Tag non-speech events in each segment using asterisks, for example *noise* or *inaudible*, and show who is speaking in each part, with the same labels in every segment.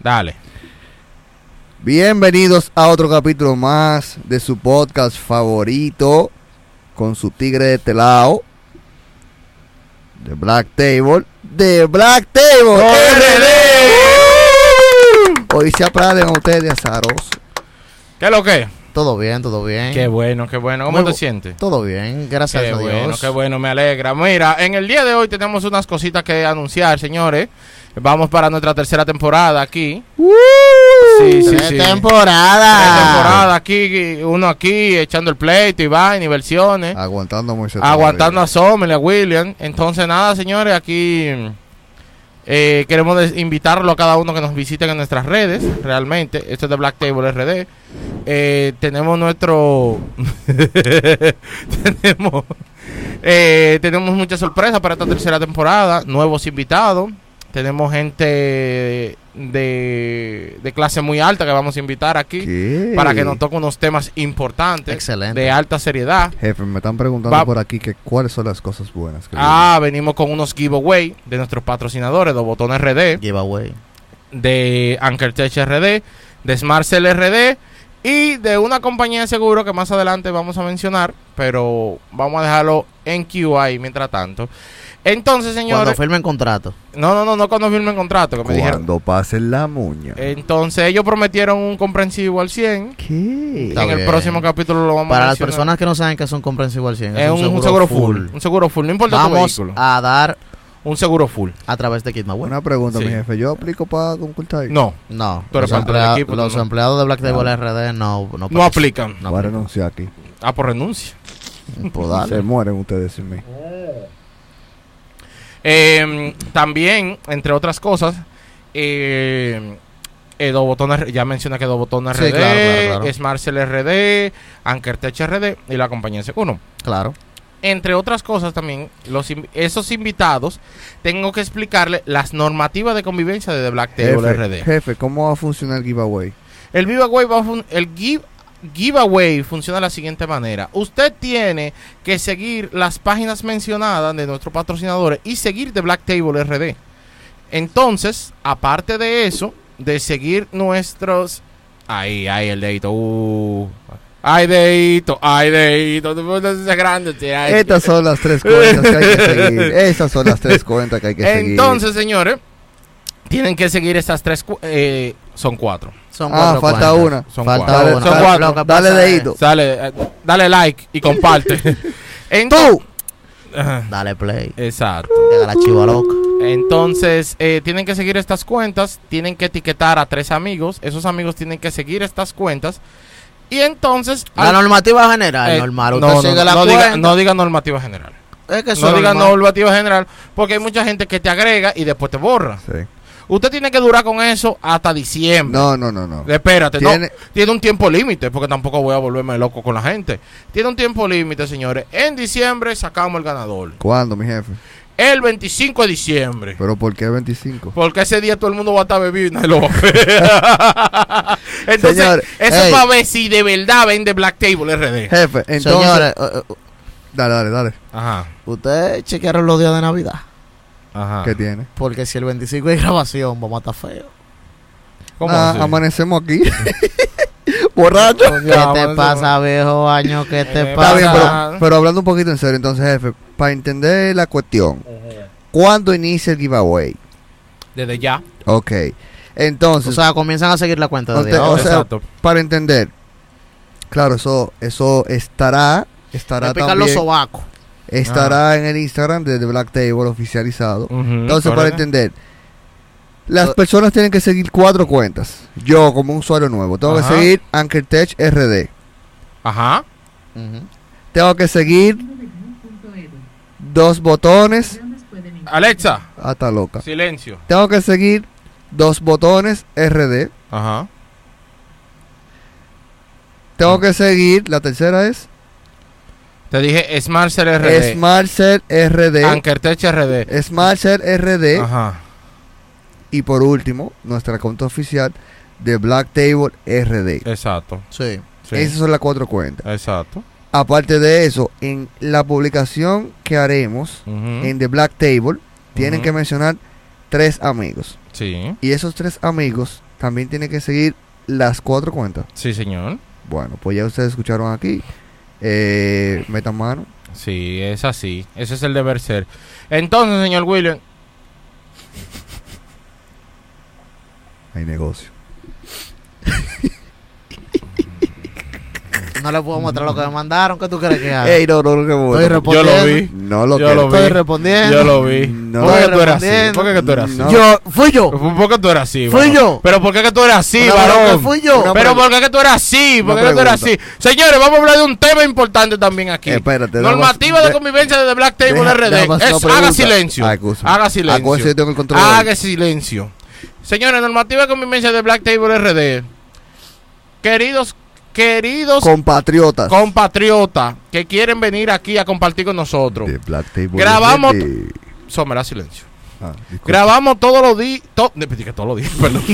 Speaker 1: Dale.
Speaker 2: Bienvenidos a otro capítulo más de su podcast favorito con su tigre de telao. De Black Table. De Black Table. RD. Hoy se aprenden ustedes azaroso.
Speaker 1: ¿Qué es lo que?
Speaker 3: Todo bien, todo bien.
Speaker 1: Qué bueno, qué bueno. ¿Cómo
Speaker 3: Muy
Speaker 1: te
Speaker 3: bu-
Speaker 1: sientes?
Speaker 3: Todo bien, gracias
Speaker 1: Qué
Speaker 3: a Dios.
Speaker 1: bueno, qué bueno, me alegra. Mira, en el día de hoy tenemos unas cositas que anunciar, señores. Vamos para nuestra tercera temporada aquí. Sí,
Speaker 2: Uh,
Speaker 1: sí,
Speaker 3: Tres
Speaker 1: sí. Tres
Speaker 2: Ah.
Speaker 3: temporadas.
Speaker 1: temporadas aquí, uno aquí, echando el pleito y vaina y versiones.
Speaker 2: Aguantando mucho.
Speaker 1: ¿eh? aguantando a Sommel y a William. Entonces, nada, señores, aquí eh, queremos des- invitarlo a cada uno que nos visiten en nuestras redes, realmente. Esto es de Black Table RD. Eh, tenemos nuestro. *laughs* tenemos. eh, tenemos muchas sorpresas para esta tercera temporada, nuevos invitados. Tenemos gente de, de clase muy alta que vamos a invitar aquí
Speaker 2: ¿Qué?
Speaker 1: para que nos toque unos temas importantes
Speaker 3: Excelente.
Speaker 1: de alta seriedad.
Speaker 2: Jefe, me están preguntando
Speaker 1: Va-
Speaker 2: por aquí que cuáles son las cosas buenas. que
Speaker 1: Ah, venimos con unos giveaway de nuestros patrocinadores, de Botón RD,
Speaker 3: Giveaway.
Speaker 1: de Anchor Tech RD, de Smart Cell RD y de una compañía de seguro que más adelante vamos a mencionar, pero vamos a dejarlo en QI mientras tanto. Entonces,
Speaker 3: Cuando
Speaker 1: señores,
Speaker 3: firmen contrato.
Speaker 1: no, no, no, no cuando firmen contrato, que me Eh,
Speaker 2: cuando
Speaker 1: dijeron.
Speaker 2: pasen la muña.
Speaker 1: Entonces, ellos prometieron un comprensivo al 100.
Speaker 2: ¿Qué?
Speaker 3: Está
Speaker 1: en el
Speaker 3: bien.
Speaker 1: próximo capítulo lo vamos
Speaker 3: Para
Speaker 1: a
Speaker 3: las
Speaker 1: mencionar.
Speaker 3: personas que no saben que son comprensivo al 100,
Speaker 1: es un, seguro, full. Un seguro full, no importa tu
Speaker 3: Vamos
Speaker 1: vehículo.
Speaker 3: a dar
Speaker 1: Un seguro full.
Speaker 3: a través de Kidma Web.
Speaker 2: Buena pregunta,
Speaker 1: Sí.
Speaker 2: mi jefe. ¿Yo aplico para concursar? ahí?
Speaker 1: No,
Speaker 3: No,
Speaker 1: Tú eres
Speaker 3: los,
Speaker 1: parte del
Speaker 3: emplea-
Speaker 1: equipo,
Speaker 3: los
Speaker 1: ¿no?
Speaker 3: empleados de Black Table RD no, no,
Speaker 1: no aplican.
Speaker 3: No
Speaker 2: Voy a
Speaker 3: aplican.
Speaker 2: renunciar aquí.
Speaker 1: Ah, por renuncia.
Speaker 3: Pues dale.
Speaker 2: Se mueren ustedes sin mí.
Speaker 1: Eh, también, entre otras cosas, eh, eh, Dos Botones- ya mencioné que dos botones
Speaker 3: Sí,
Speaker 1: RD,
Speaker 3: claro, claro, claro.
Speaker 1: Smart Cell RD, Anker Tech RD y la compañía Seguro.
Speaker 3: Claro.
Speaker 1: Entre otras cosas también, los in- esos invitados, tengo que explicarle las normativas de convivencia de The Black Table
Speaker 2: Jefe,
Speaker 1: RD.
Speaker 2: jefe, ¿cómo va a funcionar el giveaway?
Speaker 1: El giveaway, va a fun- el give- giveaway funciona de la siguiente manera. Usted tiene que seguir las páginas mencionadas de nuestros patrocinadores y seguir de Black Table RD. Entonces, aparte de eso, de seguir nuestros... Ahí, ahí el dedito. Uh. Ay, dedito, ay, dedito. Te pones ese grande, te- ay.
Speaker 2: Estas son las tres cuentas que
Speaker 1: *laughs*
Speaker 2: hay que seguir. Esas son las tres cuentas que hay que seguir.
Speaker 1: Entonces, señores, tienen que seguir estas tres... cu- eh, son cuatro.
Speaker 3: Son
Speaker 2: Ah,
Speaker 3: cuatro
Speaker 2: falta
Speaker 3: cuentas.
Speaker 2: una.
Speaker 1: Son
Speaker 3: Falta
Speaker 1: cuatro.
Speaker 3: una.
Speaker 1: Son cuatro.
Speaker 3: Lo que
Speaker 2: Dale
Speaker 3: pasa es-
Speaker 2: dedito.
Speaker 1: Sale, eh, dale like y
Speaker 2: *laughs*
Speaker 1: comparte. Entonces,
Speaker 2: ¡Tú!
Speaker 3: Dale play.
Speaker 1: Exacto.
Speaker 3: Llega la chiva loca.
Speaker 1: Entonces, eh, tienen que seguir estas cuentas, tienen que etiquetar a tres amigos, esos amigos tienen que seguir estas cuentas y entonces...
Speaker 3: La
Speaker 1: al-
Speaker 3: normativa general,
Speaker 1: Ah. eh,
Speaker 3: normal.
Speaker 1: no,
Speaker 3: Usted
Speaker 1: no,
Speaker 3: sigue
Speaker 1: no,
Speaker 3: la
Speaker 1: no
Speaker 3: cuenta.
Speaker 1: diga, no diga normativa general.
Speaker 3: es que eso
Speaker 1: No
Speaker 3: es
Speaker 1: diga
Speaker 3: normal.
Speaker 1: normativa general porque hay mucha gente que te agrega y después te borra.
Speaker 2: Sí.
Speaker 1: Usted tiene que durar con eso hasta diciembre.
Speaker 2: No, no, no, no.
Speaker 1: Espérate, no.
Speaker 2: Tiene-
Speaker 1: Tiene un tiempo límite, porque tampoco voy a volverme loco con la gente. Tiene un tiempo límite, señores. En diciembre sacamos el ganador.
Speaker 2: ¿Cuándo, mi jefe?
Speaker 1: El 25 de diciembre.
Speaker 2: ¿Pero por qué 25?
Speaker 1: Porque ese día todo el mundo va a estar bebido y nadie lo va a
Speaker 2: *laughs*
Speaker 1: ver. Entonces,
Speaker 2: Señores,
Speaker 1: eso
Speaker 2: ey.
Speaker 1: es para ver si de verdad vende Black Table RD.
Speaker 2: Jefe, entonces...
Speaker 3: Señores, eh, eh,
Speaker 2: Dale, dale, dale.
Speaker 1: Ajá,
Speaker 3: ustedes chequearon los días de Navidad.
Speaker 1: ajá.
Speaker 2: ¿Qué tiene?
Speaker 3: Porque si el 25 hay grabación, vamos a estar feos.
Speaker 1: ¿Cómo
Speaker 2: Ah,
Speaker 1: así? *laughs*
Speaker 2: amanecemos aquí. *laughs* Borracho.
Speaker 3: ¿Qué
Speaker 1: vamos a
Speaker 3: te
Speaker 1: hacer-
Speaker 3: pasa, viejo año? ¿Qué
Speaker 1: Eh,
Speaker 3: te
Speaker 2: Está
Speaker 3: pasa?
Speaker 2: bien, pero, pero hablando un poquito en serio, entonces, jefe, para entender la cuestión, ¿cuándo inicia el giveaway?
Speaker 1: Desde ya.
Speaker 2: Ok. Entonces,
Speaker 3: O sea, comienzan a seguir la cuenta de
Speaker 2: Usted-
Speaker 3: ahora.
Speaker 2: o sea,
Speaker 1: Exacto.
Speaker 2: para entender, claro, eso eso estará
Speaker 3: Me
Speaker 2: estará
Speaker 3: pican los
Speaker 2: también,
Speaker 3: sobacos.
Speaker 2: estará en el Instagram de The Black Table oficializado.
Speaker 1: Ujú,
Speaker 2: Entonces, para
Speaker 1: correcto.
Speaker 2: entender, las
Speaker 3: Ah.
Speaker 2: personas tienen que seguir cuatro cuentas. Yo, como un usuario nuevo, tengo
Speaker 1: Ajá.
Speaker 2: que seguir Anchor Tech RD.
Speaker 1: Ajá.
Speaker 3: Ujú.
Speaker 2: Tengo que seguir dos botones
Speaker 1: Alexa,
Speaker 2: hasta loca.
Speaker 1: silencio.
Speaker 2: Tengo que seguir dos botones RD.
Speaker 1: Ajá. Mm.
Speaker 2: Tengo que seguir, la tercera es
Speaker 1: Te dije Smart Cell RD.
Speaker 2: Smart Cell RD.
Speaker 1: Anker Tech RD.
Speaker 2: Smart Share RD
Speaker 1: Ajá.
Speaker 2: y por último nuestra cuenta oficial de Black Table RD.
Speaker 1: Exacto.
Speaker 3: Sí.
Speaker 1: Sí.
Speaker 2: Esas son las cuatro cuentas.
Speaker 1: Exacto.
Speaker 2: Aparte de eso, en la publicación que haremos
Speaker 1: Ujú.
Speaker 2: en The Black Table, tienen
Speaker 1: Mm. Ujú.
Speaker 2: que mencionar tres amigos.
Speaker 1: Sí.
Speaker 2: Y esos tres amigos también tiene que seguir las cuatro cuentas.
Speaker 1: Sí, señor.
Speaker 2: Bueno, pues ya ustedes escucharon aquí. Eh, metan mano.
Speaker 1: Sí, es así. Ese es el deber ser. Entonces, señor William,
Speaker 2: Hay negocio.
Speaker 3: No le puedo mostrar lo que me mandaron. ¿Qué tú crees que haga?
Speaker 2: Ey, no, no, no, qué bueno.
Speaker 1: yo lo
Speaker 3: Estoy respondiendo.
Speaker 1: vi.
Speaker 2: No lo
Speaker 1: Ah. Yo
Speaker 2: quiero.
Speaker 1: lo vi.
Speaker 3: Estoy respondiendo.
Speaker 1: Yo lo vi.
Speaker 2: No.
Speaker 1: ¿Por qué que tú eras así?
Speaker 3: Respondiendo.
Speaker 1: ¿Por qué que tú eras así?
Speaker 2: No.
Speaker 3: Yo, fui yo.
Speaker 1: ¿Por qué tú eras así?
Speaker 3: Fui
Speaker 1: varón?
Speaker 3: yo.
Speaker 1: ¿Pero por qué que tú eras así,
Speaker 3: Una pregunta,
Speaker 1: varón?
Speaker 3: fui yo.
Speaker 2: Una
Speaker 1: ¿Pero
Speaker 2: pregunta.
Speaker 1: por qué que tú eras así? ¿Por
Speaker 2: Una
Speaker 1: qué que tú eras así?
Speaker 2: pregunta.
Speaker 1: Señores, vamos a hablar de un tema importante también aquí.
Speaker 2: Espérate,
Speaker 1: Normativa
Speaker 2: Eh, pues, damos-
Speaker 1: de convivencia de The Black Table
Speaker 2: Deja-
Speaker 1: RD.
Speaker 2: déjame hacer
Speaker 1: Es-
Speaker 2: una
Speaker 1: haga
Speaker 2: pregunta.
Speaker 1: silencio.
Speaker 2: Ah, excusa.
Speaker 1: haga
Speaker 2: Acuérdense,
Speaker 1: silencio.
Speaker 2: yo tengo el control.
Speaker 1: Haga silencio. Señores, normativa de convivencia de Black Table RD. Queridos, queridos
Speaker 2: Compatriotas.
Speaker 1: compatriotas que quieren venir aquí a compartir con nosotros.
Speaker 2: De Black Table
Speaker 1: Grabamos
Speaker 2: Gente.
Speaker 1: Somerá silencio.
Speaker 2: Ah, disculpa.
Speaker 1: Grabamos todos los días. que todos los días, *laughs* perdón.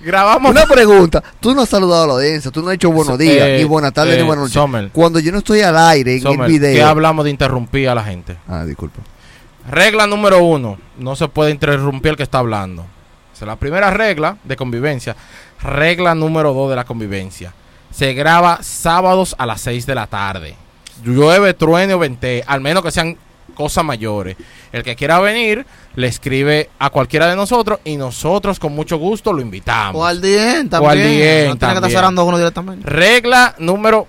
Speaker 1: Grabamos.
Speaker 2: Una pregunta. Tú no has saludado a la audiencia. Tú no has hecho buenos días,
Speaker 1: Eh,
Speaker 2: ni buenas tardes,
Speaker 1: eh,
Speaker 2: ni buenas noches.
Speaker 1: Sommer.
Speaker 2: Cuando yo no estoy al aire en
Speaker 1: Sommer,
Speaker 2: el video.
Speaker 1: que hablamos de interrumpir a la gente.
Speaker 2: Ah, disculpa.
Speaker 1: Regla número uno: no se puede interrumpir el que está hablando. Esa es la primera regla de convivencia. Regla número dos de la convivencia: se graba sábados a las 6 de la tarde. Llueve, truene o vente, al menos que sean cosas mayores. El que quiera venir le escribe a cualquiera de nosotros y nosotros con mucho gusto lo invitamos.
Speaker 3: O al DN
Speaker 1: O
Speaker 3: también.
Speaker 1: al DN
Speaker 3: no tiene que estar
Speaker 1: también.
Speaker 3: cerrando uno directamente.
Speaker 1: Regla número.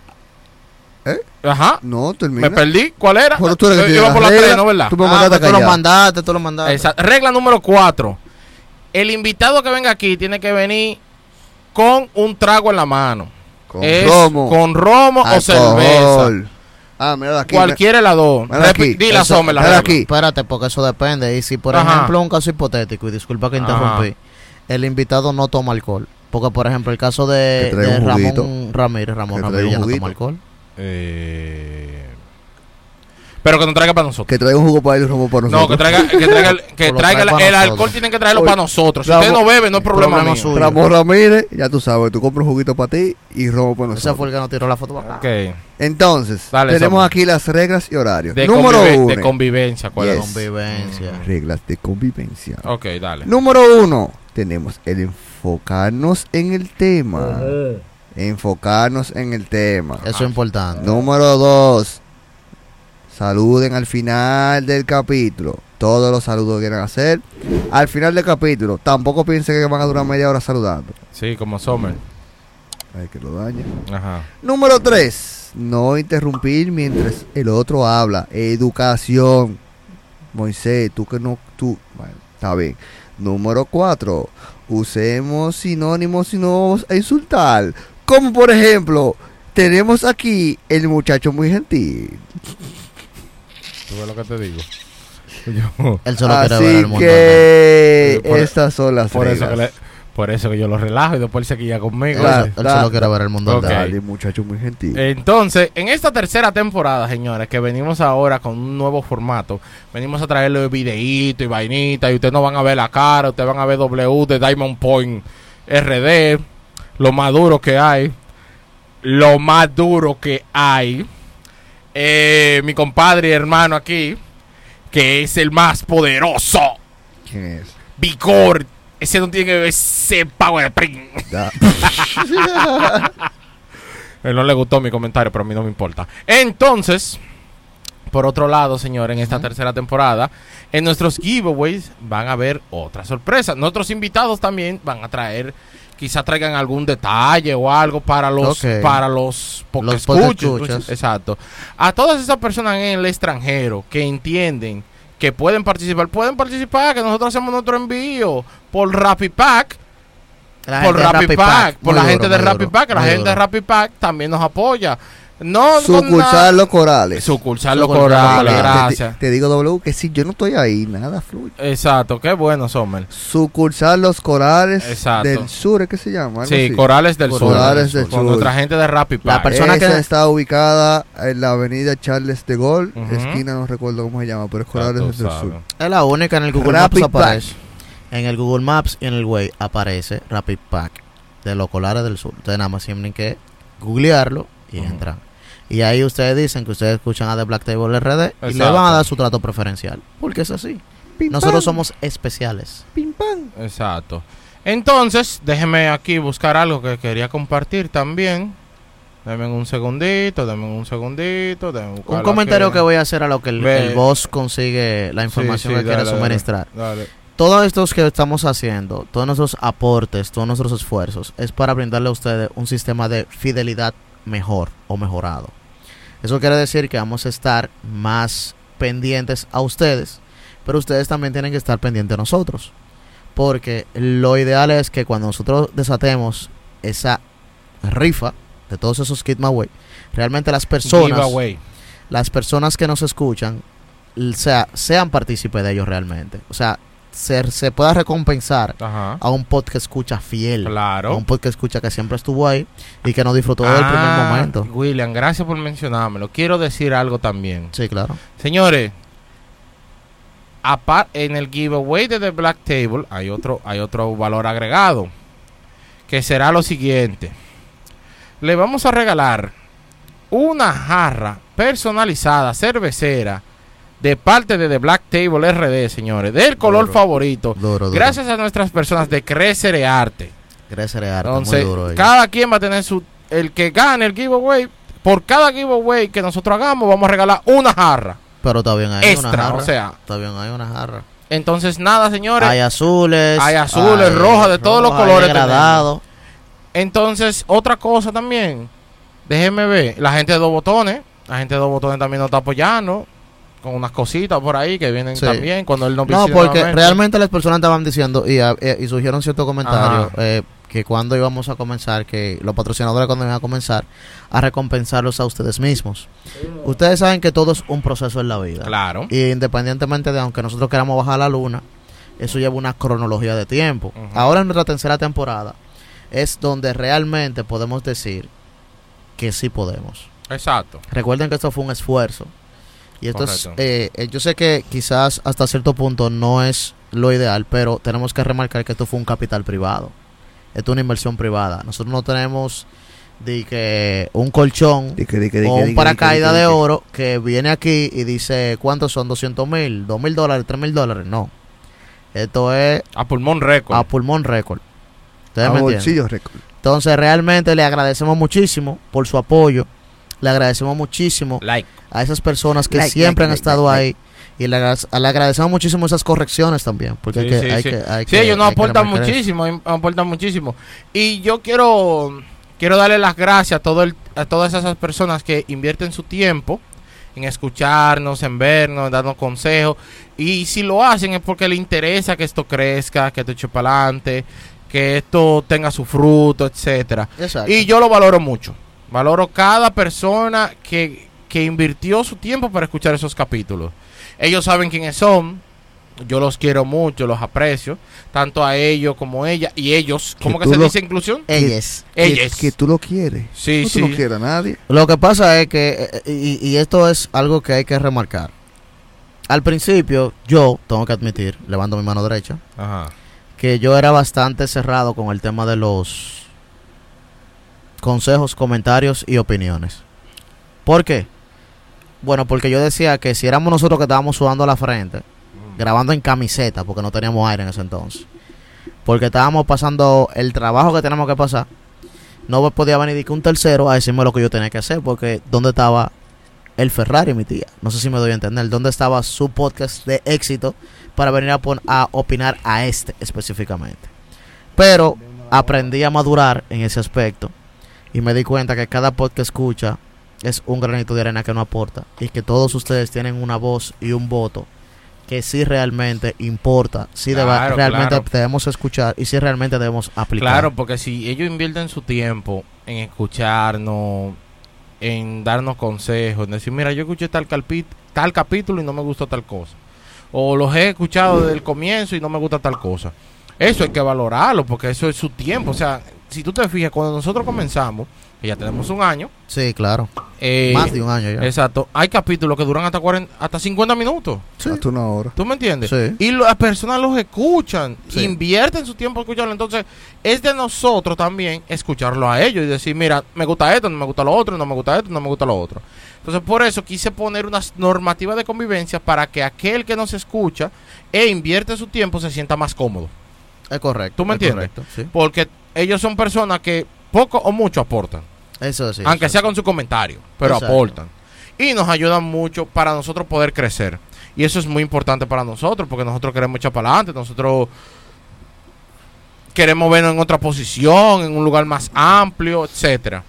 Speaker 2: ¿Eh?
Speaker 1: Ajá.
Speaker 2: No, termina.
Speaker 1: Me perdí. ¿Cuál era?
Speaker 2: Bueno, tú eres
Speaker 1: Yo
Speaker 2: que
Speaker 1: iba
Speaker 2: tienes
Speaker 1: por la
Speaker 2: regla,
Speaker 1: tres, ¿no? ¿Verdad?
Speaker 2: Tú me
Speaker 3: Ah,
Speaker 2: mandaste
Speaker 3: pues tú lo
Speaker 2: callar.
Speaker 3: mandaste, tú lo mandaste.
Speaker 1: Exacto. Regla número cuatro. El invitado que venga aquí tiene que venir con un trago en la mano.
Speaker 2: Con
Speaker 1: Es
Speaker 2: romo.
Speaker 1: Con romo o cerveza.
Speaker 2: alcohol. Ah, mira aquí.
Speaker 1: Cualquier helador.
Speaker 2: Mira aquí.
Speaker 1: Dile a
Speaker 2: Eso,
Speaker 1: Sommer la
Speaker 2: mira
Speaker 1: regla.
Speaker 2: aquí.
Speaker 3: Espérate, porque eso depende. Y si, por
Speaker 1: Ajá.
Speaker 3: ejemplo, un caso hipotético, y disculpa que
Speaker 1: Ajá.
Speaker 3: interrumpí, el invitado no toma alcohol. Porque, por ejemplo, el caso de,
Speaker 2: Que traiga
Speaker 3: de
Speaker 2: un juguito.
Speaker 3: Ramón Ramírez, Ramón
Speaker 2: Que traiga
Speaker 3: Ramírez
Speaker 2: un
Speaker 3: ya no
Speaker 2: juguito.
Speaker 3: toma alcohol.
Speaker 1: Eh, Pero que no traiga para nosotros.
Speaker 2: Que traiga un jugo para él y un romo para
Speaker 1: No,
Speaker 2: nosotros.
Speaker 1: que traiga, que traiga, el- que
Speaker 3: Pues lo
Speaker 1: traiga
Speaker 3: trae
Speaker 1: el,
Speaker 3: para
Speaker 1: el
Speaker 3: nosotros.
Speaker 1: alcohol. Tienen que traerlo
Speaker 2: Oye,
Speaker 1: para nosotros. Si
Speaker 2: Ramón,
Speaker 1: usted no bebe, no es problema,
Speaker 3: problema
Speaker 1: mío.
Speaker 3: suyo.
Speaker 2: Ramón Ramírez, ya tú sabes, tú compras un juguito para ti y romo para
Speaker 3: Ese fue
Speaker 2: nosotros.
Speaker 3: el que nos tiró la foto para acá.
Speaker 1: Ok.
Speaker 2: Entonces,
Speaker 1: Dale,
Speaker 2: tenemos
Speaker 1: Samuel.
Speaker 2: aquí las reglas y horarios.
Speaker 1: De,
Speaker 2: Número
Speaker 1: convive-
Speaker 2: uno.
Speaker 1: de convivencia, ¿cuál
Speaker 2: Yes.
Speaker 1: es?
Speaker 3: Convivencia.
Speaker 2: reglas de convivencia.
Speaker 1: Ok, dale.
Speaker 2: Número uno, tenemos el enfocarnos en el tema. Enfocarnos en el tema.
Speaker 3: Eso es importante.
Speaker 2: Número dos, saluden al final del capítulo. Todos los saludos que quieran hacer. Al final del capítulo, tampoco piensen que van a durar media hora saludando.
Speaker 1: Sí, como Sommer.
Speaker 2: Ay, que lo daña.
Speaker 1: Ajá.
Speaker 2: Número tres, no interrumpir mientras el otro habla. Educación. Moisés, tú que no, tú, bueno, está bien. Número cuatro, usemos sinónimos y no vamos a insultar. Como por ejemplo, tenemos aquí el muchacho muy gentil.
Speaker 1: ¿Tú ves lo que te digo? *laughs* Yo-
Speaker 3: Él solo quiere ver
Speaker 2: Así
Speaker 3: el mundo. entero.
Speaker 2: que
Speaker 1: Por-
Speaker 2: estas son las
Speaker 1: por, eso
Speaker 2: reglas.
Speaker 1: que le- por eso que yo lo relajo y después él se guía conmigo.
Speaker 2: Claro.
Speaker 3: Él
Speaker 2: da-
Speaker 3: solo quiere ver el mundo.
Speaker 1: Ok. Eh.
Speaker 3: entero.
Speaker 2: Dale, muchacho muy gentil.
Speaker 1: Entonces, en esta tercera temporada, señores, que venimos ahora con un nuevo formato, venimos a traerle videíto y vainita y ustedes no van a ver la cara, ustedes van a ver W de Diamond Point RD, lo más duro que hay, lo más duro que hay. Eh, mi compadre y hermano aquí, que es el más poderoso,
Speaker 2: ¿Quién es?
Speaker 1: Vigor, ese no tiene que ver ese Power Print.
Speaker 2: Da-
Speaker 1: Él Eh, no le gustó mi comentario, pero a mí no me importa. Entonces, por otro lado, señor, en esta tercera temporada, en nuestros giveaways van a haber otras sorpresas. Nuestros invitados también van a traer, quizá traigan algún detalle o algo para los
Speaker 3: Ok.
Speaker 1: para los
Speaker 3: Los
Speaker 1: podcastuchos.
Speaker 3: podcastuchos.
Speaker 1: Exacto. A todas esas personas en el extranjero que entienden que pueden participar, pueden participar, que nosotros hacemos nuestro envío por Rapid Pack
Speaker 3: La
Speaker 1: por
Speaker 3: gente de
Speaker 1: Rappi Pack, por
Speaker 3: muy
Speaker 1: la
Speaker 3: duro,
Speaker 1: gente de
Speaker 3: muy
Speaker 1: Rappi
Speaker 3: duro,
Speaker 1: Pack, la
Speaker 3: muy
Speaker 1: gente de
Speaker 3: duro.
Speaker 1: Rappi Pack también nos apoya. No
Speaker 2: Sucursal Los
Speaker 1: con
Speaker 2: Corales.
Speaker 1: sucursal los
Speaker 3: Sucursal Los
Speaker 1: corales,
Speaker 3: Corales.
Speaker 2: Te-
Speaker 1: gracias.
Speaker 2: te digo, W, que si yo no estoy ahí, nada fluye.
Speaker 1: Exacto, qué bueno, Sommer.
Speaker 2: Sucursal Los Corales
Speaker 1: Exacto.
Speaker 2: del Sur, ¿es que se llama? Algo
Speaker 1: Sí,
Speaker 2: así.
Speaker 1: Corales del
Speaker 2: Corales
Speaker 1: Sur.
Speaker 2: del
Speaker 1: con
Speaker 2: Sur.
Speaker 1: nuestra gente de Rappi
Speaker 3: La
Speaker 1: Pack.
Speaker 3: persona
Speaker 2: Esa
Speaker 3: que-
Speaker 2: está ubicada en la avenida Charles de Gaulle,
Speaker 1: Ujú.
Speaker 2: esquina no recuerdo cómo se llama, pero es
Speaker 1: Ya tú
Speaker 2: Corales del
Speaker 1: sabes.
Speaker 2: Sur.
Speaker 3: Es la única en el Google
Speaker 2: Rapid
Speaker 3: Maps aparece. En el Google Maps y en el Way aparece Rapid Pack de los colares del sur. Ustedes nada más tienen que googlearlo y
Speaker 1: Ujú.
Speaker 3: entran. Y ahí ustedes dicen que ustedes escuchan a The Black Table RD y le
Speaker 1: Exacto.
Speaker 3: van a dar su trato preferencial. Porque es así.
Speaker 2: Pim,
Speaker 3: Nosotros
Speaker 2: pam,
Speaker 3: somos especiales.
Speaker 2: pim, pam.
Speaker 1: Exacto. Entonces, déjeme aquí buscar algo que quería compartir también. Denme un segundito, denme un segundito. denme
Speaker 3: Un
Speaker 1: buscarlo
Speaker 3: comentario
Speaker 1: aquí.
Speaker 3: que voy a hacer a lo que el,
Speaker 1: Ve.
Speaker 3: el boss consigue la información
Speaker 1: Sí, sí,
Speaker 3: que quiere
Speaker 1: dale, dale,
Speaker 3: suministrar.
Speaker 1: Dale.
Speaker 3: Todos estos que estamos haciendo, todos nuestros aportes, todos nuestros esfuerzos, es para brindarle a ustedes un sistema de fidelidad mejor o mejorado. Eso quiere decir que vamos a estar más pendientes a ustedes, pero ustedes también tienen que estar pendientes a nosotros. Porque lo ideal es que cuando nosotros desatemos esa rifa de todos esos Kid My Way, realmente las personas
Speaker 1: Giveaway.
Speaker 3: las personas que nos escuchan l- sea, sean partícipes de ellos realmente. O sea, se, se pueda recompensar
Speaker 1: Ajá.
Speaker 3: a un podcast escucha fiel. A
Speaker 1: Claro.
Speaker 3: un podcast escucha que siempre estuvo ahí y que nos disfrutó del
Speaker 1: Ah,
Speaker 3: primer momento.
Speaker 1: William, gracias por mencionármelo. Quiero decir algo también.
Speaker 3: Sí, claro.
Speaker 1: Señores, apar- en el giveaway de The Black Table hay otro, hay otro valor agregado, que será lo siguiente. Le vamos a regalar una jarra personalizada, cervecera, de parte de The Black Table RD, señores, del color
Speaker 3: Duro.
Speaker 1: favorito.
Speaker 3: Duro, duro.
Speaker 1: Gracias a nuestras personas de Crecer Arte.
Speaker 3: Gracias, Learte,
Speaker 1: Entonces,
Speaker 3: muy duro. ellos.
Speaker 1: cada quien va a tener su... El que gane el giveaway, por cada giveaway que nosotros hagamos, vamos a regalar una jarra
Speaker 3: Pero está bien ahí una
Speaker 1: extra.
Speaker 3: jarra.
Speaker 1: O sea,
Speaker 3: está bien ahí una jarra.
Speaker 1: entonces nada, señores.
Speaker 3: Hay azules.
Speaker 1: Hay azules, rojas, de todos los
Speaker 3: rojas,
Speaker 1: colores
Speaker 3: Hay degradado.
Speaker 1: Entonces, otra cosa también. Déjenme ver. La gente de dos botones. La gente de dos botones también nos está apoyando. Con unas cositas por ahí que vienen
Speaker 3: Sí.
Speaker 1: también. Cuando él nos
Speaker 3: No,
Speaker 1: visite
Speaker 3: porque
Speaker 1: nuevamente.
Speaker 3: realmente las personas estaban diciendo y, ah, eh, y surgieron ciertos comentarios
Speaker 1: Ajá.
Speaker 3: eh, que cuando íbamos a comenzar, que los patrocinadores cuando iban a comenzar, a recompensarlos a ustedes mismos. Ustedes saben que todo es un proceso en la vida.
Speaker 1: Claro.
Speaker 3: Y independientemente de aunque nosotros queramos bajar a la luna, eso lleva una cronología de tiempo.
Speaker 1: Ujú.
Speaker 3: Ahora en nuestra tercera temporada es donde realmente podemos decir que sí podemos.
Speaker 1: Exacto.
Speaker 3: Recuerden que esto fue un esfuerzo. Y esto es,
Speaker 1: Correcto.
Speaker 3: eh, eh, yo sé que quizás hasta cierto punto no es lo ideal, pero tenemos que remarcar que esto fue un capital privado. Esto es una inversión privada. Nosotros no tenemos de que un colchón
Speaker 2: Dique, dique, dique,
Speaker 3: o
Speaker 2: dique,
Speaker 3: un
Speaker 2: dique,
Speaker 3: paracaídas
Speaker 2: dique,
Speaker 3: de
Speaker 2: dique.
Speaker 3: oro que viene aquí y dice, ¿cuántos son? ¿200 mil? ¿2 mil dólares? ¿3 mil dólares? No. Esto es
Speaker 1: A pulmón récord.
Speaker 3: a pulmón récord. ¿Ustedes
Speaker 2: A
Speaker 3: me entienden?
Speaker 2: bolsillo récord.
Speaker 3: Entonces realmente le agradecemos muchísimo por su apoyo. Le agradecemos muchísimo
Speaker 1: Like.
Speaker 3: a esas personas que
Speaker 2: Like, like,
Speaker 3: siempre han
Speaker 2: like,
Speaker 3: estado
Speaker 2: like,
Speaker 3: ahí. Y le, agra- le agradecemos muchísimo esas correcciones también. Porque
Speaker 1: Sí,
Speaker 3: hay que,
Speaker 1: sí,
Speaker 3: hay
Speaker 1: sí.
Speaker 3: que- hay
Speaker 1: Sí,
Speaker 3: que-
Speaker 1: ellos nos
Speaker 3: hay que
Speaker 1: aportan
Speaker 3: remarcar eso.
Speaker 1: muchísimo, im- aportan muchísimo. Y yo quiero quiero darle las gracias a todo el- a todas esas personas que invierten su tiempo en escucharnos, en vernos, en darnos consejos. Y si lo hacen es porque le interesa que esto crezca, que esto eche para adelante, que esto tenga su fruto, etcétera.
Speaker 3: Exacto.
Speaker 1: Y yo lo valoro mucho. Valoro cada persona que, que invirtió su tiempo para escuchar esos capítulos. Ellos saben quiénes son. Yo los quiero mucho, los aprecio. Tanto a ellos como a ella. Y ellos.
Speaker 2: Que
Speaker 1: ¿Cómo que
Speaker 2: tú
Speaker 1: se
Speaker 2: lo-
Speaker 1: dice inclusión?
Speaker 3: Ellas.
Speaker 1: Ellas.
Speaker 2: Que, que tú lo quieres.
Speaker 1: Sí,
Speaker 2: no
Speaker 1: sí.
Speaker 2: tú no quieres a nadie.
Speaker 3: Lo que pasa es que, eh, y, y esto es algo que hay que remarcar. Al principio, yo tengo que admitir, levanto mi mano derecha,
Speaker 1: Ajá.
Speaker 3: que yo era bastante cerrado con el tema de los consejos, comentarios y opiniones. ¿Por qué? Bueno, porque yo decía que si éramos nosotros que estábamos sudando la frente, grabando en camiseta, porque no teníamos aire en ese entonces, porque estábamos pasando el trabajo que teníamos que pasar, no me podía venir de que un tercero a decirme lo que yo tenía que hacer, porque ¿dónde estaba el Ferrari, mi tía? No sé si me doy a entender, ¿dónde estaba su podcast de éxito para venir a, pon- a opinar a este específicamente. Pero aprendí a madurar en ese aspecto y me di cuenta que cada podcast que escucha es un granito de arena que no aporta y que todos ustedes tienen una voz y un voto que sí realmente importa, sí deba-
Speaker 1: Claro,
Speaker 3: realmente
Speaker 1: claro.
Speaker 3: debemos escuchar y sí realmente debemos aplicar.
Speaker 1: Claro, porque si ellos invierten su tiempo en escucharnos, en darnos consejos, en decir, mira, yo escuché tal, calpi- tal capítulo y no me gustó tal cosa. O los he escuchado desde el comienzo y no me gusta tal cosa. Eso hay que valorarlo, porque eso es su tiempo. O sea, si tú te fijas, cuando nosotros comenzamos, que ya tenemos un año,
Speaker 3: Sí, claro.
Speaker 1: eh,
Speaker 3: Más de un año ya.
Speaker 1: exacto, hay capítulos que duran hasta, 40, hasta 50 minutos.
Speaker 3: Sí.
Speaker 2: Hasta una hora.
Speaker 1: ¿Tú me entiendes?
Speaker 3: Sí.
Speaker 1: Y lo- las personas los escuchan,
Speaker 3: Sí.
Speaker 1: invierten su tiempo escucharlo. Entonces, es de nosotros también escucharlo a ellos y decir, mira, me gusta esto, no me gusta lo otro, no me gusta esto, no me gusta lo otro. Entonces, por eso quise poner unas normativas de convivencia para que aquel que nos escucha e invierte su tiempo se sienta más cómodo.
Speaker 3: Es correcto.
Speaker 1: ¿Tú me
Speaker 3: es
Speaker 1: entiendes?
Speaker 3: correcto, sí.
Speaker 1: Porque ellos son personas que poco o mucho aportan.
Speaker 3: Eso sí.
Speaker 1: aunque
Speaker 3: eso
Speaker 1: sea con su comentario, pero
Speaker 3: Exacto.
Speaker 1: aportan. Y nos ayudan mucho para nosotros poder crecer. Y eso es muy importante para nosotros, porque nosotros queremos echar para adelante, nosotros queremos vernos en otra posición, en un lugar más amplio, etcétera.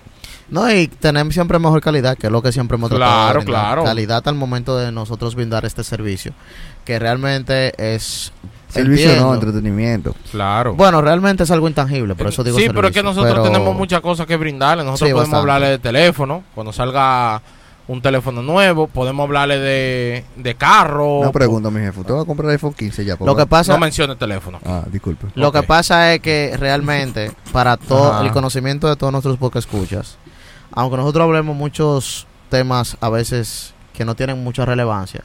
Speaker 3: No, y tener siempre mejor calidad, que es lo que siempre hemos tratado.
Speaker 1: Claro,
Speaker 3: de brindar.
Speaker 1: claro.
Speaker 3: Calidad al momento de nosotros brindar este servicio, que realmente es...
Speaker 2: Servicio no,
Speaker 3: entiendo.
Speaker 2: entretenimiento.
Speaker 1: Claro.
Speaker 3: Bueno, realmente es algo intangible, por eso digo
Speaker 1: Eh, sí, pero es que
Speaker 3: servicio,
Speaker 1: nosotros
Speaker 3: pero-
Speaker 1: tenemos muchas cosas que brindarle. Nosotros
Speaker 3: Sí,
Speaker 1: podemos
Speaker 3: bastante.
Speaker 1: hablarle de teléfono, cuando salga un teléfono nuevo, podemos hablarle de, de carro.
Speaker 2: Una pregunta, mi jefe. ¿Usted va a comprar iPhone 15 ya? por
Speaker 3: Lo que
Speaker 2: favor?
Speaker 3: pasa...
Speaker 1: No mencione teléfono.
Speaker 2: Ah, disculpe.
Speaker 3: Lo
Speaker 1: Ok.
Speaker 3: que pasa es que realmente, para todo
Speaker 1: Ajá.
Speaker 3: el conocimiento de todos nuestros pocos escuchas, aunque nosotros hablemos muchos temas a veces que no tienen mucha relevancia,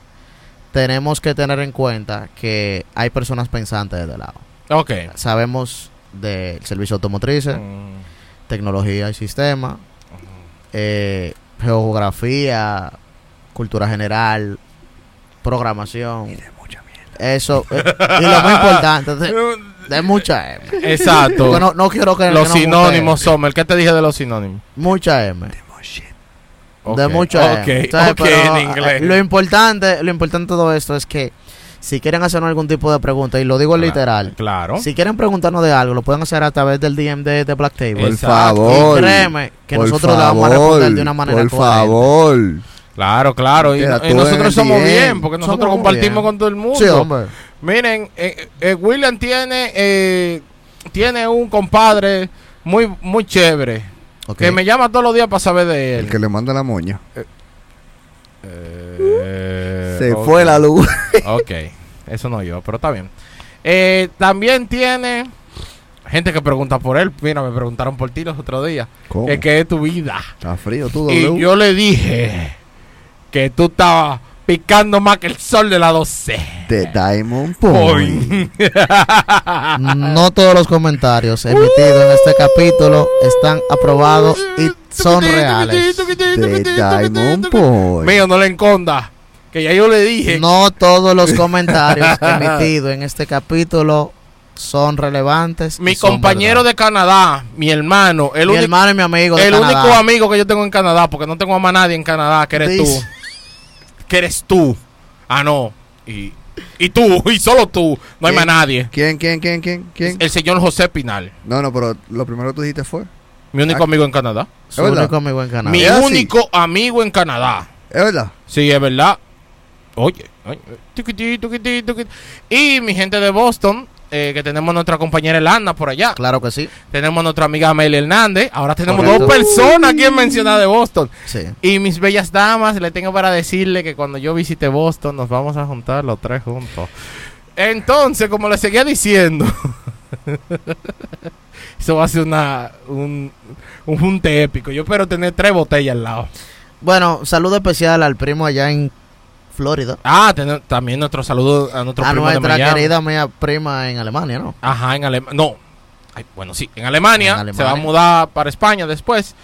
Speaker 3: tenemos que tener en cuenta que hay personas pensantes de este lado.
Speaker 1: Ok.
Speaker 3: Sabemos del servicio automotriz,
Speaker 1: Mm.
Speaker 3: tecnología y sistema, eh, geografía, cultura general, programación. Eso, eh, y lo más importante, de, de mucha M.
Speaker 1: Exacto.
Speaker 3: Porque no, no quiero que
Speaker 1: Los
Speaker 3: que nos
Speaker 1: sinónimos, Sommer. ¿Qué te dije de los sinónimos?
Speaker 3: guste. Mucha M. De
Speaker 1: Ok.
Speaker 3: mucha
Speaker 1: Ok,
Speaker 3: M. Entonces,
Speaker 1: ok,
Speaker 3: pero,
Speaker 1: en inglés.
Speaker 3: eh, Lo importante, lo importante de todo esto es que si quieren hacernos algún tipo de pregunta, y lo digo literal,
Speaker 1: Claro.
Speaker 3: si quieren preguntarnos de algo, lo pueden hacer a través del DM de, de Black Table.
Speaker 2: Por
Speaker 1: Exacto.
Speaker 2: favor.
Speaker 3: Y créeme que
Speaker 2: por
Speaker 3: nosotros le vamos a responder de una manera
Speaker 2: Por
Speaker 3: coherente.
Speaker 2: favor.
Speaker 1: Claro, claro. Y,
Speaker 2: Mira,
Speaker 1: y
Speaker 2: tú
Speaker 1: nosotros
Speaker 2: eres
Speaker 1: somos
Speaker 2: bien.
Speaker 1: bien, porque nosotros
Speaker 3: Somos muy
Speaker 1: compartimos
Speaker 3: bien.
Speaker 1: con todo el mundo.
Speaker 3: Sí, hombre.
Speaker 1: Miren, eh, eh, William tiene, eh, tiene un compadre muy, muy chévere
Speaker 3: Ok.
Speaker 1: que me llama todos los días para saber de él.
Speaker 2: El que le manda la moña.
Speaker 1: Eh,
Speaker 2: Se
Speaker 1: ok,
Speaker 2: fue la luz.
Speaker 1: Ok, eso no yo, pero está bien. Eh, también tiene gente que pregunta por él. Mira, me preguntaron por ti los otros días.
Speaker 2: ¿Cómo?
Speaker 1: Es que es tu vida.
Speaker 2: Está frío tú,
Speaker 1: Y
Speaker 2: W.
Speaker 1: yo le dije que tú estabas picando más que el sol de la 12.
Speaker 2: De Diamond
Speaker 3: *laughs*
Speaker 2: Point.
Speaker 3: No todos los comentarios emitidos en este capítulo están aprobados y son reales.
Speaker 2: De Diamond Point.
Speaker 1: Mío, no le enconda. Que ya yo le dije.
Speaker 3: No todos los comentarios emitidos en este capítulo son relevantes.
Speaker 1: Mi compañero de Canadá, mi hermano, el,
Speaker 3: el mi
Speaker 1: único,
Speaker 3: hermano y mi amigo de
Speaker 1: el
Speaker 3: Canadá.
Speaker 1: único amigo que yo tengo en Canadá, porque no tengo a más nadie en Canadá, que eres
Speaker 3: Dice-
Speaker 1: tú. Que eres tú. Ah, no. Y, y tú, *laughs* y solo tú. No hay
Speaker 2: ¿Quién?
Speaker 1: más nadie.
Speaker 2: ¿Quién, quién, quién, quién? ¿Quién?
Speaker 1: El señor José Pinal,
Speaker 2: No, no, pero lo primero que tú dijiste fue.
Speaker 1: mi único amigo en Canadá.
Speaker 3: Su
Speaker 2: ¿Es verdad?
Speaker 3: único amigo en Canadá.
Speaker 1: Mi
Speaker 2: ¿Es así?
Speaker 1: único amigo en Canadá.
Speaker 2: Es verdad.
Speaker 1: Sí, es verdad. Oye, ay, ay, tuquití, tuquití, tuquití. y mi gente de Boston, eh, que tenemos nuestra compañera Elana por allá.
Speaker 3: Claro que sí.
Speaker 1: Tenemos nuestra amiga Amelia Hernández. Ahora tenemos
Speaker 3: Correcto.
Speaker 1: dos personas aquí en mencionar de Boston.
Speaker 3: Sí.
Speaker 1: Y mis bellas damas, le tengo para decirle que cuando yo visite Boston nos vamos a juntar los tres juntos. Entonces, como le seguía diciendo, *laughs* eso va a ser una, un, un junte épico. Yo espero tener tres botellas al lado.
Speaker 3: Bueno, saludo especial al primo allá en Florida.
Speaker 1: Ah, ten- también nuestro saludo a nuestro
Speaker 3: a
Speaker 1: primo de
Speaker 3: nuestra
Speaker 1: Miami.
Speaker 3: querida mía prima en Alemania, ¿no?
Speaker 1: Ajá, en Alemania. No. Ay, bueno, sí, en Alemania,
Speaker 3: En Alemania.
Speaker 1: Se va a mudar para España después.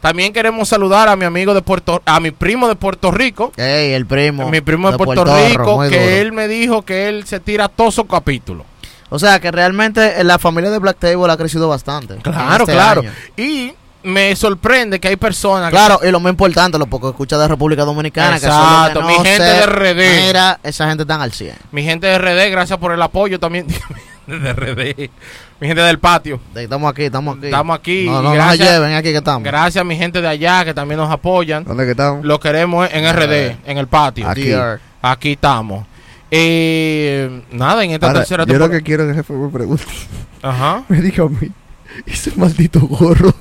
Speaker 1: También queremos saludar a mi amigo de Puerto a mi primo de Puerto Rico.
Speaker 3: Ey, el primo.
Speaker 1: mi primo de Puerto,
Speaker 3: Rico,
Speaker 1: Rico,
Speaker 3: muy
Speaker 1: que
Speaker 3: duro.
Speaker 1: él me dijo que él se tira todos sus capítulos.
Speaker 3: O sea que realmente eh, la familia de Black Table ha crecido bastante. en
Speaker 1: Claro,
Speaker 3: este
Speaker 1: claro.
Speaker 3: año.
Speaker 1: Y me sorprende que hay personas que-
Speaker 3: Claro, y lo más importante, lo poco escucha de República Dominicana.
Speaker 1: Exacto,
Speaker 3: que son los
Speaker 1: mi
Speaker 3: que
Speaker 1: gente
Speaker 3: no se-
Speaker 1: de RD.
Speaker 3: Mira, esa gente están al 100.
Speaker 1: mi gente de RD, gracias por el apoyo también. *laughs* de RD. Mi gente del patio.
Speaker 3: De- Estamos aquí, estamos aquí.
Speaker 1: Estamos aquí.
Speaker 3: No, no,
Speaker 1: y
Speaker 3: no nos
Speaker 1: gracias,
Speaker 3: lleven aquí que estamos.
Speaker 1: gracias a mi gente de allá que también nos apoyan.
Speaker 2: ¿Dónde que estamos?
Speaker 1: Lo queremos en RD, en el patio.
Speaker 2: Aquí.
Speaker 3: Dear.
Speaker 1: Aquí estamos. Eh, nada, en esta
Speaker 2: Ahora,
Speaker 1: tercera
Speaker 2: yo lo
Speaker 1: temporada.
Speaker 2: que quiero que el jefe me pregunte. *laughs*
Speaker 1: Ajá.
Speaker 2: Me diga a mí. Ese maldito gorro.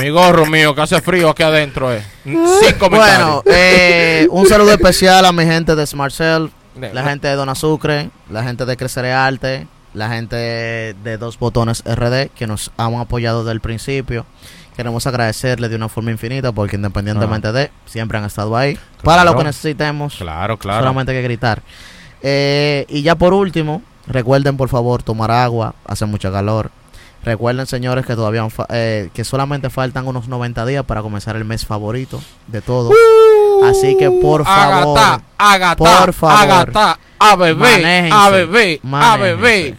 Speaker 1: Mi gorro mío, que hace frío aquí adentro, eh. Sin
Speaker 3: *laughs* Bueno,
Speaker 1: comentarios.
Speaker 3: eh, un saludo especial a mi gente de Smart Cell,
Speaker 1: Bueno,
Speaker 3: la gente de Dona Sucre, la gente de Creceré Arte, la gente de Dos Botones RD, que nos han apoyado desde el principio. Queremos agradecerles de una forma infinita porque independientemente de, siempre han estado ahí. Para lo
Speaker 1: Claro.
Speaker 3: que necesitemos.
Speaker 1: Claro, claro.
Speaker 3: solamente hay que gritar. Eh, y ya por último, recuerden por favor tomar agua, hace mucho calor. Recuerden señores que todavía fa- eh, que solamente faltan unos 90 días para comenzar el mes favorito de todos. Así que por favor,
Speaker 1: Uh, Agatá, Agatá,
Speaker 3: por favor.
Speaker 1: Agatá, a Uh, bebé,
Speaker 3: Manéjense,
Speaker 1: a bebé, a
Speaker 3: manéjense.
Speaker 1: bebé.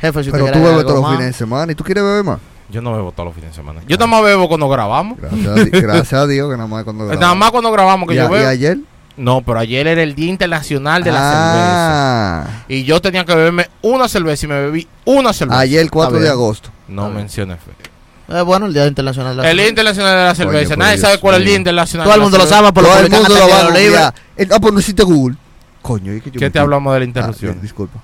Speaker 3: Jefe, si usted
Speaker 2: Pero tú
Speaker 3: quiere
Speaker 2: bebes
Speaker 3: algo
Speaker 2: todos los
Speaker 3: más,
Speaker 2: fines de semana y tú quieres beber más.
Speaker 1: Yo no bebo todos los fines de semana. Yo nada más bebo cuando grabamos.
Speaker 2: Gracias a, Di- *laughs* gracias a Dios que nada más cuando
Speaker 1: Nada más cuando grabamos que
Speaker 2: y, a-
Speaker 1: yo
Speaker 2: y
Speaker 1: bebo.
Speaker 2: ayer.
Speaker 1: No, pero ayer era el Día Internacional de la Cerveza.
Speaker 2: ah,
Speaker 1: Y yo tenía que beberme una cerveza y me bebí una cerveza.
Speaker 2: ayer 4 de
Speaker 3: bien.
Speaker 2: agosto.
Speaker 1: No
Speaker 3: Está bien.
Speaker 1: menciones fe.
Speaker 3: eh, bueno, el Día Internacional de la
Speaker 1: El Día Internacional de la
Speaker 2: Coño,
Speaker 1: Cerveza.
Speaker 2: por
Speaker 1: Nadie
Speaker 2: Dios
Speaker 1: sabe cuál es el
Speaker 2: mío.
Speaker 1: Día Internacional.
Speaker 3: Todo
Speaker 1: de
Speaker 3: el
Speaker 1: la
Speaker 3: mundo lo
Speaker 1: Cerveza.
Speaker 3: sabe, por
Speaker 2: Todo
Speaker 3: lo
Speaker 2: el
Speaker 3: publican
Speaker 2: mundo
Speaker 3: hasta
Speaker 2: lo
Speaker 3: en
Speaker 2: va a
Speaker 3: los libros.
Speaker 2: googlear. El- Ah, pues no hiciste Google. Coño, es que yo
Speaker 1: ¿Qué
Speaker 2: me
Speaker 1: te
Speaker 2: fui.
Speaker 1: hablamos de la
Speaker 2: Ah,
Speaker 1: interrupción?
Speaker 2: disculpa.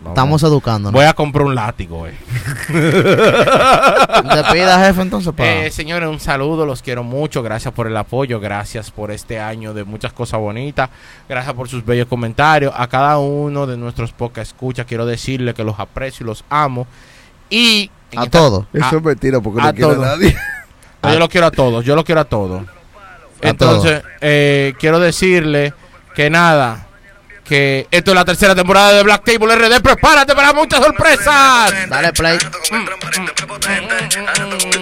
Speaker 1: Vamos.
Speaker 3: Estamos educando.
Speaker 1: Voy a comprar un látigo, eh.
Speaker 3: Te pida jefe entonces para.
Speaker 1: Eh, señores, un saludo, los quiero mucho, gracias por el apoyo, gracias por este año de muchas cosas bonitas, gracias por sus bellos comentarios. A cada uno de nuestros podcast escucha quiero decirle que los aprecio y los amo. Y en
Speaker 3: a
Speaker 1: esta-
Speaker 3: todos.
Speaker 2: Eso
Speaker 1: Ah,
Speaker 2: es mentira porque
Speaker 1: a
Speaker 2: no quiere
Speaker 1: todo.
Speaker 2: nadie.
Speaker 1: No, yo los quiero a todos, yo los quiero a todos.
Speaker 3: A
Speaker 1: Entonces, eh, quiero decirle que nada, que esto es la tercera temporada de Black Table RD, prepárate para muchas sorpresas.
Speaker 3: Dale play.
Speaker 4: Con el transparente prepotente. Ando con